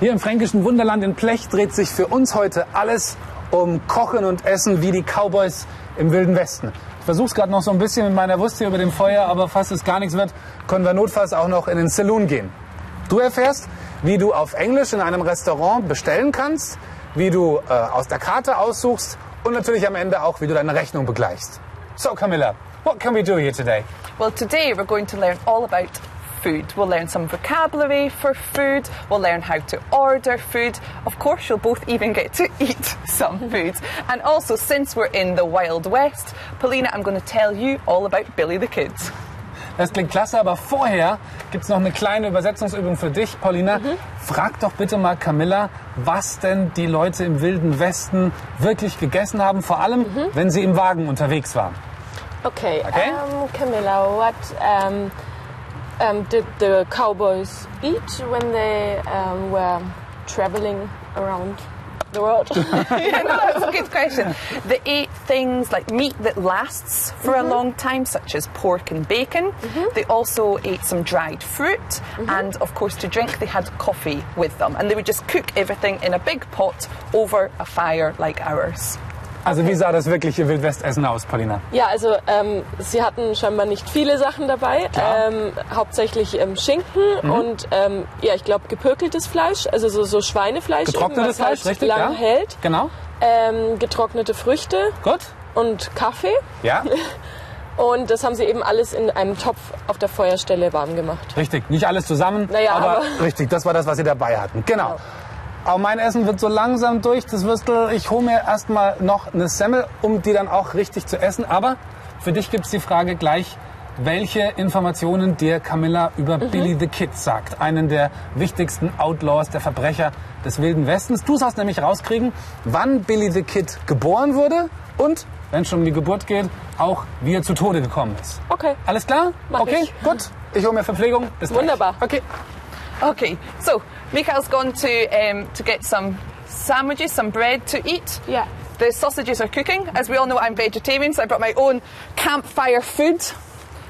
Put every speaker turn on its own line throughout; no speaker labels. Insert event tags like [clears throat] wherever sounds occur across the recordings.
Hier im fränkischen Wunderland in Plech dreht sich für uns heute alles um Kochen und Essen wie die Cowboys im Wilden Westen. Ich versuche es gerade noch so ein bisschen mit meiner Wurst hier über dem Feuer, aber falls es gar nichts wird, können wir notfalls auch noch in den Saloon gehen. Du erfährst, wie du auf Englisch in einem Restaurant bestellen kannst, wie du äh, aus der Karte aussuchst und natürlich am Ende auch, wie du deine Rechnung begleichst. So, Camilla, what can we do here today?
Well, today we're going to learn all about food. We'll learn some vocabulary for food. We'll learn how to order food. Of course, you'll both even get to [laughs] eat some food. And also, since we're in the Wild West, Paulina, I'm going to tell you all about Billy the Kid.
Das klingt klasse, aber vorher gibt es noch eine kleine Übersetzungsübung für dich, Paulina.
Mhm.
Frag doch bitte mal Camilla, was denn die Leute im Wilden Westen wirklich gegessen haben, vor allem
Mhm.
wenn sie im Wagen unterwegs waren.
Okay.
Okay.
Um, Camilla, what um, um, did the cowboys eat when they um, were traveling around the world?
[laughs]
[laughs]
[laughs] Yeah, no, that's a good question. They ate things like meat that lasts for a long time, such as pork and bacon. They also ate some dried fruit, and of course, to drink, they had coffee with them. And they would just cook everything in a big pot over a fire like ours.
Also wie sah das wirkliche Wildwestessen aus, Paulina?
ja, also ähm, sie hatten scheinbar nicht viele Sachen dabei.
Klar. Mhm.
Ähm, hauptsächlich ähm, Schinken und ähm, ja, ich glaube gepökeltes Fleisch, also so, so Schweinefleisch, eben,
Getrocknetes
was
Fleisch,
halt
richtig?
lang
ja.
hält.
Genau.
Ähm, getrocknete Früchte
Gut.
und Kaffee. [laughs]
Ja,
Und das haben sie eben alles in einem Topf auf der Feuerstelle warm gemacht.
richtig. Nicht alles zusammen,
Naja,
aber,
aber-
richtig, das war das, was sie dabei hatten. Genau. Auch mein Essen wird so langsam durch, das Würstel. Ich hole mir erstmal noch eine Semmel, um die dann auch richtig zu essen. Aber für dich gibt es die Frage gleich, welche Informationen dir Camilla über Billy the Kid sagt. Einen der wichtigsten Outlaws, der Verbrecher des Wilden Westens. Du sollst nämlich rauskriegen, wann Billy the Kid geboren wurde und, wenn es schon um die Geburt geht, auch wie er zu Tode gekommen ist.
Okay.
Alles klar?
Mach
okay,
ich.
gut. Ich hole mir Verpflegung. Bis gleich.
Wunderbar.
Okay. [laughs]
Okay, so Mikhail's gone to um, to get some sandwiches, some bread to eat.
Yeah.
The sausages are cooking. As we all know, I'm vegetarian, so I brought my own campfire food.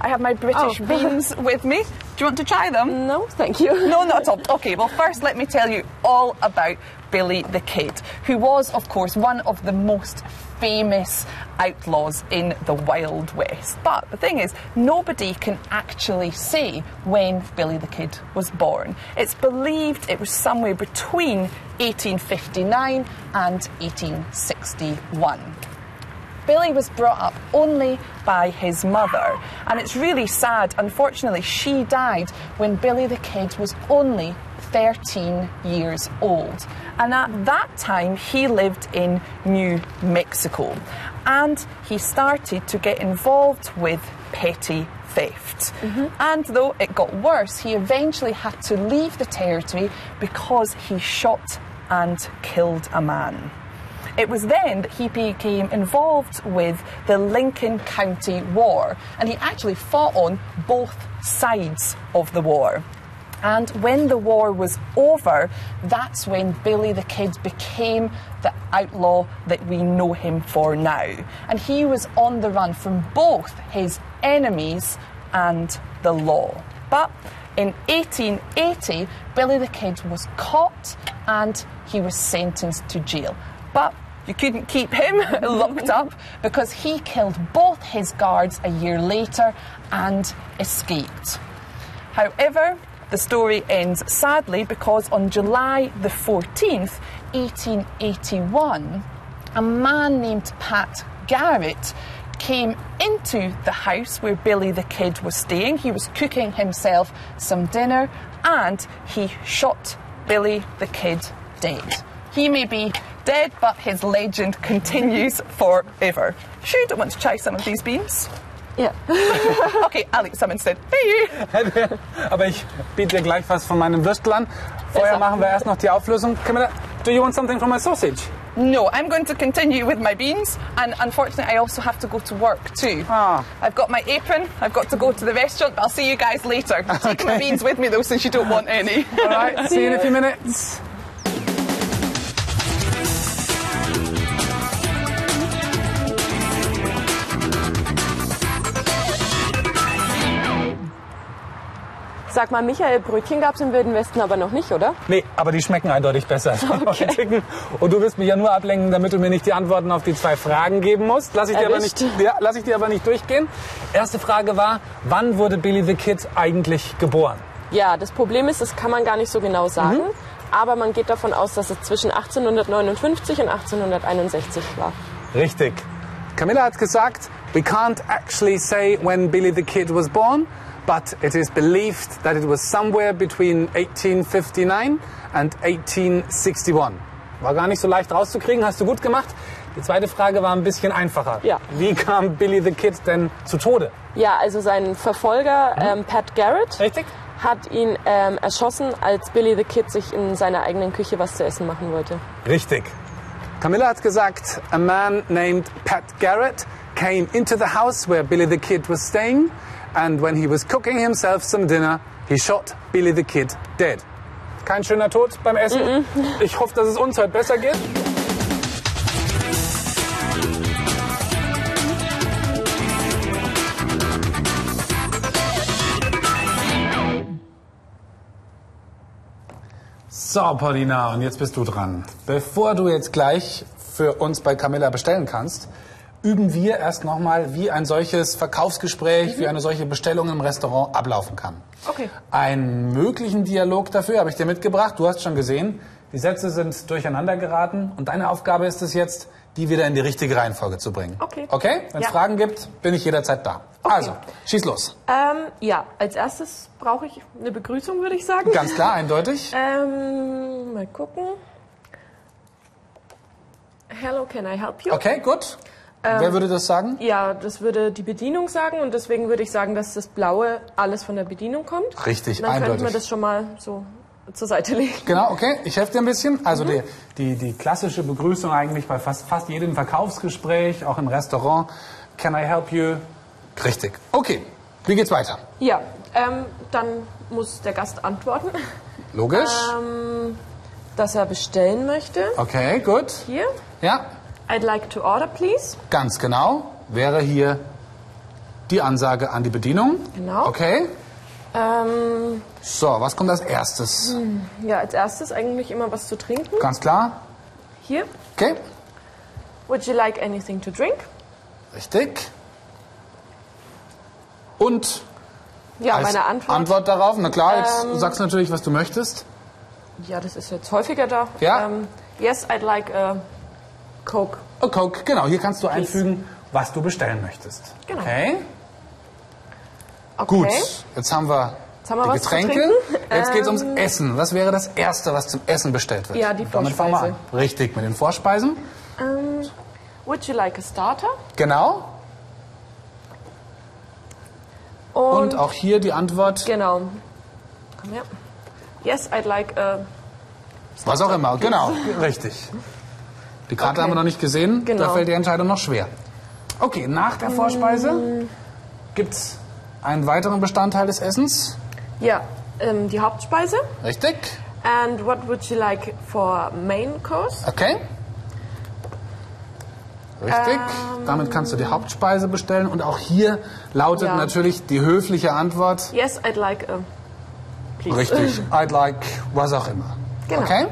I have my British
Oh.
beans with me. Do you want to try them?
No, thank you.
[laughs]
[laughs]
No, not at all. Okay, well, first let me tell you all about Billy the Kid, who was, of course, one of the most famous outlaws in the Wild West. But the thing is, nobody can actually say when Billy the Kid was born. It's believed it was somewhere between 1859 and 1861. Billy was brought up only by his mother, and it's really sad. Unfortunately, she died when Billy the Kid was only 13 years old. And at that time, he lived in New Mexico and he started to get involved with petty theft. And though it got worse, he eventually had to leave the territory because he shot and killed a man. It was then that he became involved with the Lincoln County War, and he actually fought on both sides of the war. And when the war was over, that's when Billy the Kid became the outlaw that we know him for now. And he was on the run from both his enemies and the law. But in 1880, Billy the Kid was caught and he was sentenced to jail. But you couldn't keep him [laughs] locked up because he killed both his guards a year later and escaped. However, the story ends sadly because on July the 14th, 1881, a man named Pat Garrett came into the house where Billy the Kid was staying. He was cooking himself some dinner and he shot Billy the Kid dead. He may be dead, but his legend continues forever. Should I want to try some of these beans?
Yeah.
Okay, I'll eat some instead. Hey, you!
Aber ich biete dir gleich was von meinem Würstel an. Vorher
Besser.
machen wir erst noch die Auflösung. Camilla, do you want something from my sausage?
No, I'm going to continue with my beans, and unfortunately, I also have to go to work too.
Ah.
I've got my apron, I've got to go to the restaurant, but I'll see you guys later. [laughs] Take my beans with me though, since you don't want any.
All
[laughs]
right, see you in a few minutes.
Sag mal, Michael, Brötchen gab es im Wilden Westen aber noch nicht, oder?
Nee, aber die schmecken eindeutig besser. [laughs] Und du willst mich ja nur ablenken, damit du mir nicht die Antworten auf die zwei Fragen geben musst. Lass ich, dir aber
Erwischt.
nicht, ja, lass ich dir aber nicht durchgehen. Erste Frage war, wann wurde Billy the Kid eigentlich geboren?
Ja, das Problem ist, das kann man gar nicht so genau sagen. Aber man geht davon aus, dass es zwischen 1859 und 1861 war.
Richtig. Camilla hat gesagt, we can't actually say when Billy the Kid was born, but it is believed that it was somewhere between 1859 and 1861. War gar nicht so leicht rauszukriegen, hast du gut gemacht. Die zweite Frage war ein bisschen einfacher.
Ja.
Wie kam Billy the Kid denn zu Tode?
Ja, also sein Verfolger ähm, Pat Garrett
Richtig?
hat ihn ähm, erschossen, als Billy the Kid sich in seiner eigenen Küche was zu essen machen wollte.
Richtig. Camilla hat gesagt, a man named Pat Garrett came into the house where Billy the Kid was staying and when he was cooking himself some dinner, he shot Billy the Kid dead. Kein schöner Tod beim Essen. Ich hoffe, dass es uns heute besser geht. So, Paulina, und jetzt bist du dran. Bevor du jetzt gleich für uns bei Camilla bestellen kannst, üben wir erst nochmal, wie ein solches Verkaufsgespräch, wie eine solche Bestellung im Restaurant ablaufen kann.
Mhm. Okay.
Einen möglichen Dialog dafür habe ich dir mitgebracht. Du hast schon gesehen, die Sätze sind durcheinander geraten und deine Aufgabe ist es jetzt, die wieder in die richtige Reihenfolge zu bringen.
Okay.
Okay? Wenn es
Ja.
Fragen gibt, bin ich jederzeit da. Also, schieß los.
Ähm, ja, als erstes brauche ich eine Begrüßung, würde ich sagen.
Ganz klar, eindeutig.
Ähm, mal gucken. Hello, can I help you?
Äh.
Okay, gut.
Ähm.
Wer würde das sagen?
Ja, das würde die Bedienung sagen und deswegen würde ich sagen, dass das Blaue alles von der Bedienung kommt.
Richtig,
Dann könnten wir
eindeutig.
das schon mal so zur Seite legen.
Genau, okay, ich helfe dir ein bisschen. Also
Mhm.
die, die, die klassische Begrüßung eigentlich bei fast, fast jedem Verkaufsgespräch, auch im Restaurant. Can I help you? Richtig. Okay, wie geht's weiter?
Ja, ähm, dann muss der Gast antworten, [laughs]
Logisch.
ähm, dass er bestellen möchte.
Okay, gut.
Hier,
Ja,
I'd like to order, please.
ganz genau. Wäre hier die Ansage an die Bedienung.
Genau.
Okay.
Ähm,
So, was kommt als erstes?
Mhm. ja, als erstes eigentlich immer was zu trinken.
Ganz klar.
Hier,
Okay,
would you like anything to drink?
richtig. Und
Ja,
als
meine Antwort. Ähm.
Antwort darauf, na klar, jetzt sagst du natürlich, was du möchtest.
Ja, das ist jetzt häufiger da.
Ja.
Ähm, yes, I'd like a Coke.
A Coke, genau. Hier kannst du einfügen, was du bestellen möchtest.
Genau.
Okay.
Okay.
Gut, jetzt haben wir
haben wir
die
was zu
Getränke.
trinken. Ähm.
Jetzt geht's ums Essen. Was wäre das Erste, was zum Essen bestellt wird?
Ja, die
Damit fangen wir an. Richtig, mit den Vorspeisen.
Ähm, would you like a starter?
Genau. Und, auch hier die Antwort,
genau. Komm her. Yes, I'd like uh, a
was auch immer. Genau, richtig. Die Karte
Okay.
haben wir noch nicht gesehen. Da
Genau. Mm.
fällt die Entscheidung noch schwer. Okay, nach der Vorspeise gibt's einen weiteren Bestandteil des Essens.
ja ähm, die Hauptspeise.
Richtig.
And what would you like for main course?
Okay. Richtig.
Ähm.
Damit kannst du die Hauptspeise bestellen. Und auch hier lautet
Ja.
natürlich die höfliche Antwort.
Yes, I'd like uh, a. Please. [clears throat]
Richtig. I'd like was auch immer.
Genau.
Okay?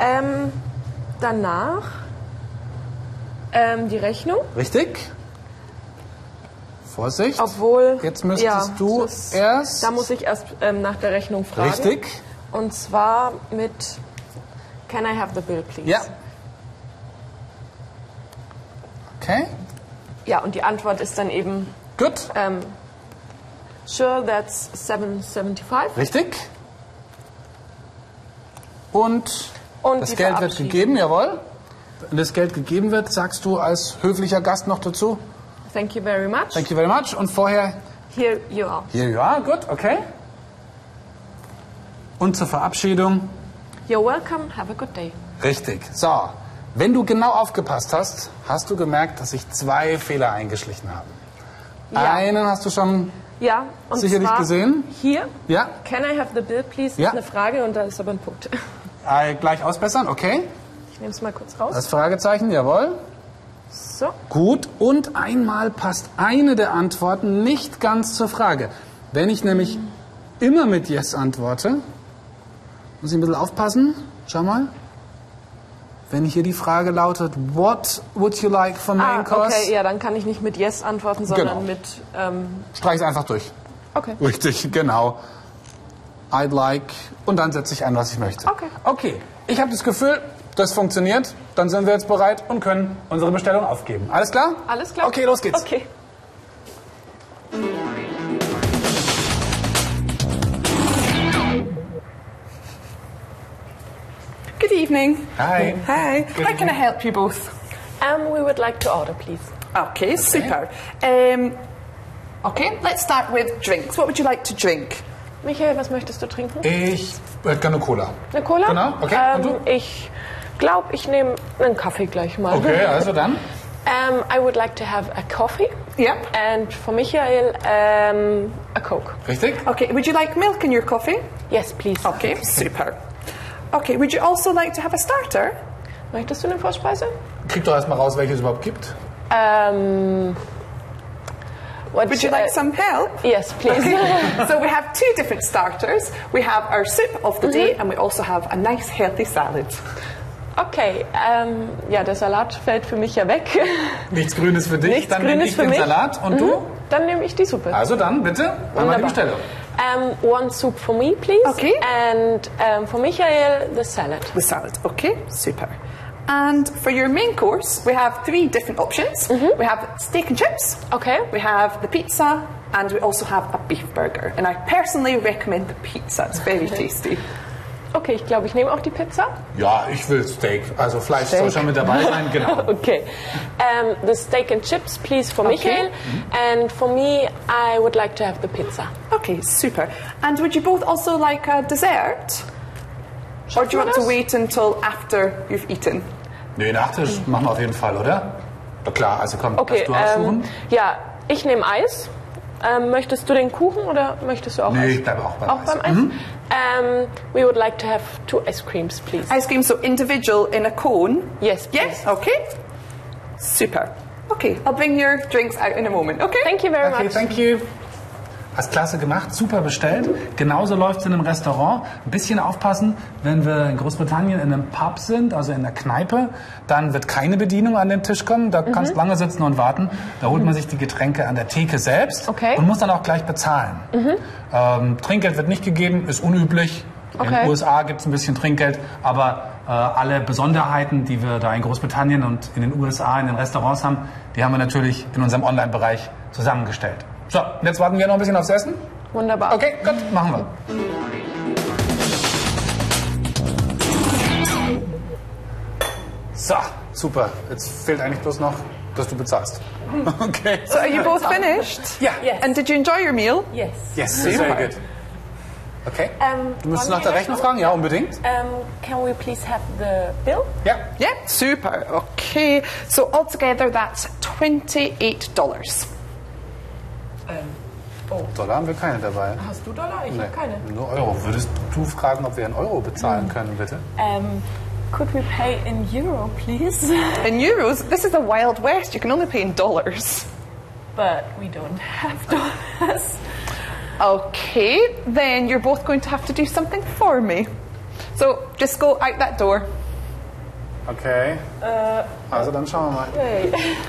Ähm, danach ähm, die Rechnung.
Richtig. Vorsicht.
Obwohl.
Jetzt müsstest
ja,
du
das-
erst-
Da muss ich erst ähm, nach der Rechnung fragen.
Richtig.
Und zwar mit Can I have the bill, please?
Ja. Okay.
Ja, und die Antwort ist dann eben
Gut.
ähm, Sure, that's 775.
Richtig. Und,
Und
das
die
Geld wird
verabschieden.
gegeben, jawohl. Wenn das Geld gegeben wird, sagst du als höflicher Gast noch dazu,
Thank you very much.
thank you very much. Und vorher
Here you are.
Hier, ja, gut, okay. Und zur Verabschiedung.
You're welcome. Have a good day.
Richtig. So, wenn du genau aufgepasst hast, hast du gemerkt, dass ich zwei Fehler eingeschlichen habe.
Ja.
Einen hast du schon.
Ja, und
Sicherlich
zwar
gesehen?
Hier.
Ja,
Can I have the bill, please?
Ja.
Ist eine Frage und da ist aber ein Punkt. [laughs]
äh, gleich ausbessern, okay.
Ich nehme es mal kurz raus.
Das Fragezeichen, jawohl.
So.
Gut, und einmal passt eine der Antworten nicht ganz zur Frage. Wenn ich nämlich immer mit Yes antworte, muss ich ein bisschen aufpassen. Schau mal. Wenn hier die Frage lautet, what would you like for main
Ah,
course?
okay, ja, dann kann ich nicht mit Yes antworten,
Genau.
sondern mit. Ähm,
Streich es einfach durch. [laughs]
okay.
Richtig, genau. I'd like und dann setze ich ein, was ich möchte.
Okay.
Okay, ich habe das Gefühl, das funktioniert. Dann sind wir jetzt bereit und können unsere Bestellung aufgeben. Alles klar?
Alles klar.
Okay, los geht's.
Okay.
[laughs] Good evening.
Hi.
Hi. How can I
evening.
help you both?
Um, we would like to order, please.
Okay, super. Um, okay, let's start with drinks. What would you like to drink?
Michael, was möchtest du trinken?
Ich hätte gerne Cola.
Eine Cola?
Genau, okay.
Ähm,
Und
ich glaube, ich nehme einen Kaffee gleich mal. [laughs]
Okay, also dann.
Um, I would like to have a coffee.
Yep.
And for Michael, um, a Coke.
Richtig?
Uh, Okay, would you like milk in your coffee?
Yes, please.
Okay, super. Okay, would you also like to have a starter?
Möchtest du eine Vorspeise?
Krieg doch erstmal raus, welche es überhaupt gibt.
Um, what,
Would you like some help?
Uh, Yes, please.
[laughs] so we have two different starters. We have our soup of the day, and we also have a nice healthy salad.
[laughs] Okay, ähm, ja, der Salat fällt für mich ja weg.
Nichts Grünes für dich,
Nichts
dann
Grünes
nehme ich
für
den
mich. Mhm.
Salat und du?
Dann nehme ich die Suppe.
Also dann, bitte, einmal die
Wunderbar.
Bestellung.
Um, one soup for me, please.
Okay.
And um, for Michael, the salad.
The salad, okay, super. And for your main course, we have three different options. We have steak and chips.
Okay.
We have the pizza, and we also have a beef burger. And I personally recommend the pizza. It's very tasty.
Okay, ich glaube, ich nehme auch die Pizza.
Ja, ich will Steak. Also Fleisch soll
Steak.
schon mit dabei
[laughs]
sein, genau.
Okay. Um, the steak and chips, please, for
Okay.
Michael. And for me, I would like to have the pizza.
Okay, super. And would you both also like a dessert? Or do you want to
us?
wait until after you've eaten?
Nee, Nachtisch machen wir auf jeden Fall, oder? Na klar, also komm,
Mhm. Okay,
darfst du aussuchen?
ähm, ja, ich nehme Eis. Ähm, möchtest du den Kuchen oder möchtest du auch
nee,
Eis?
ich bleibe auch beim
Auch
Eis. Mhm.
beim Eis? Ähm, we would like to have two ice creams, please.
Ice cream, so individual in a cone?
Yes, please.
Yes, okay. Super. Okay, I'll bring your drinks out in a moment, okay?
Thank you very
Okay,
much.
thank you. Hast klasse gemacht, super bestellt. Genauso läuft es in einem Restaurant. Ein bisschen aufpassen, wenn wir in Großbritannien in einem Pub sind, also in der Kneipe, dann wird keine Bedienung an den Tisch kommen. Da kannst
Mhm.
du lange sitzen und warten. Da holt man sich die Getränke an der Theke selbst
Okay. Mhm.
und muss dann auch gleich bezahlen. Ähm, Trinkgeld wird nicht gegeben, ist unüblich. In
Okay.
den USA gibt es ein bisschen Trinkgeld, aber äh, alle Besonderheiten, die wir da in Großbritannien und in den USA in den Restaurants haben, die haben wir natürlich in unserem Online-Bereich zusammengestellt. So, und jetzt warten wir noch ein bisschen aufs Essen.
Wunderbar.
Okay, gut, machen wir. So, super. Jetzt fehlt eigentlich bloß noch, dass du bezahlst. [laughs] Okay.
So are you
[laughs]
both finished?
Ja.
Yes.
And did you enjoy your meal?
Yes.
Yes, very good. Okay.
Ähm,
Du müsstest
wollen
nach der
wir
Rechnung fragen? Ja, unbedingt.
Ähm, can we please have the bill?
Ja.
Yeah, super. Okay, so altogether that's $28.
Dollar haben wir keine dabei.
Ähm, oh, Hast du Dollar? Ich
Nee,
habe keine.
Nur Euro. Würdest du fragen, ob wir in Euro bezahlen können, bitte?
Ähm, could we pay in Euro, please?
In euros, this is the Wild West. You can only pay in dollars.
[laughs] But we don't have dollars.
Okay, then you're both going to have to do something for me. So just go out that door,
Okay. also dann schauen wir mal.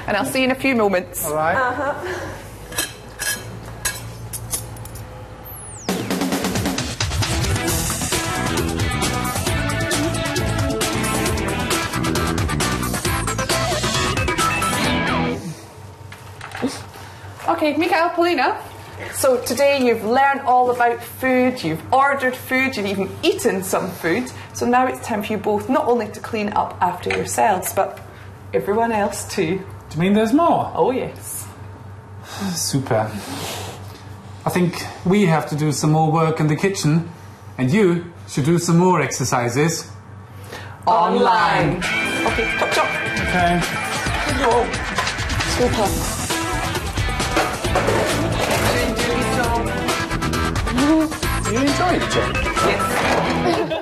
and I'll see you in a few moments.
Alright.
Okay, Mikael, Polina. So today you've learned all about food, you've ordered food, you've even eaten some food. So now it's time for you both not only to clean up after yourselves, but everyone else too.
Do you mean there's more?
Oh yes.
Super. I think we have to do some more work in the kitchen and you should do some more exercises.
Online. Okay, chop chop.
Okay.
Go.
Super.
You enjoyed it, Jake.
Yes.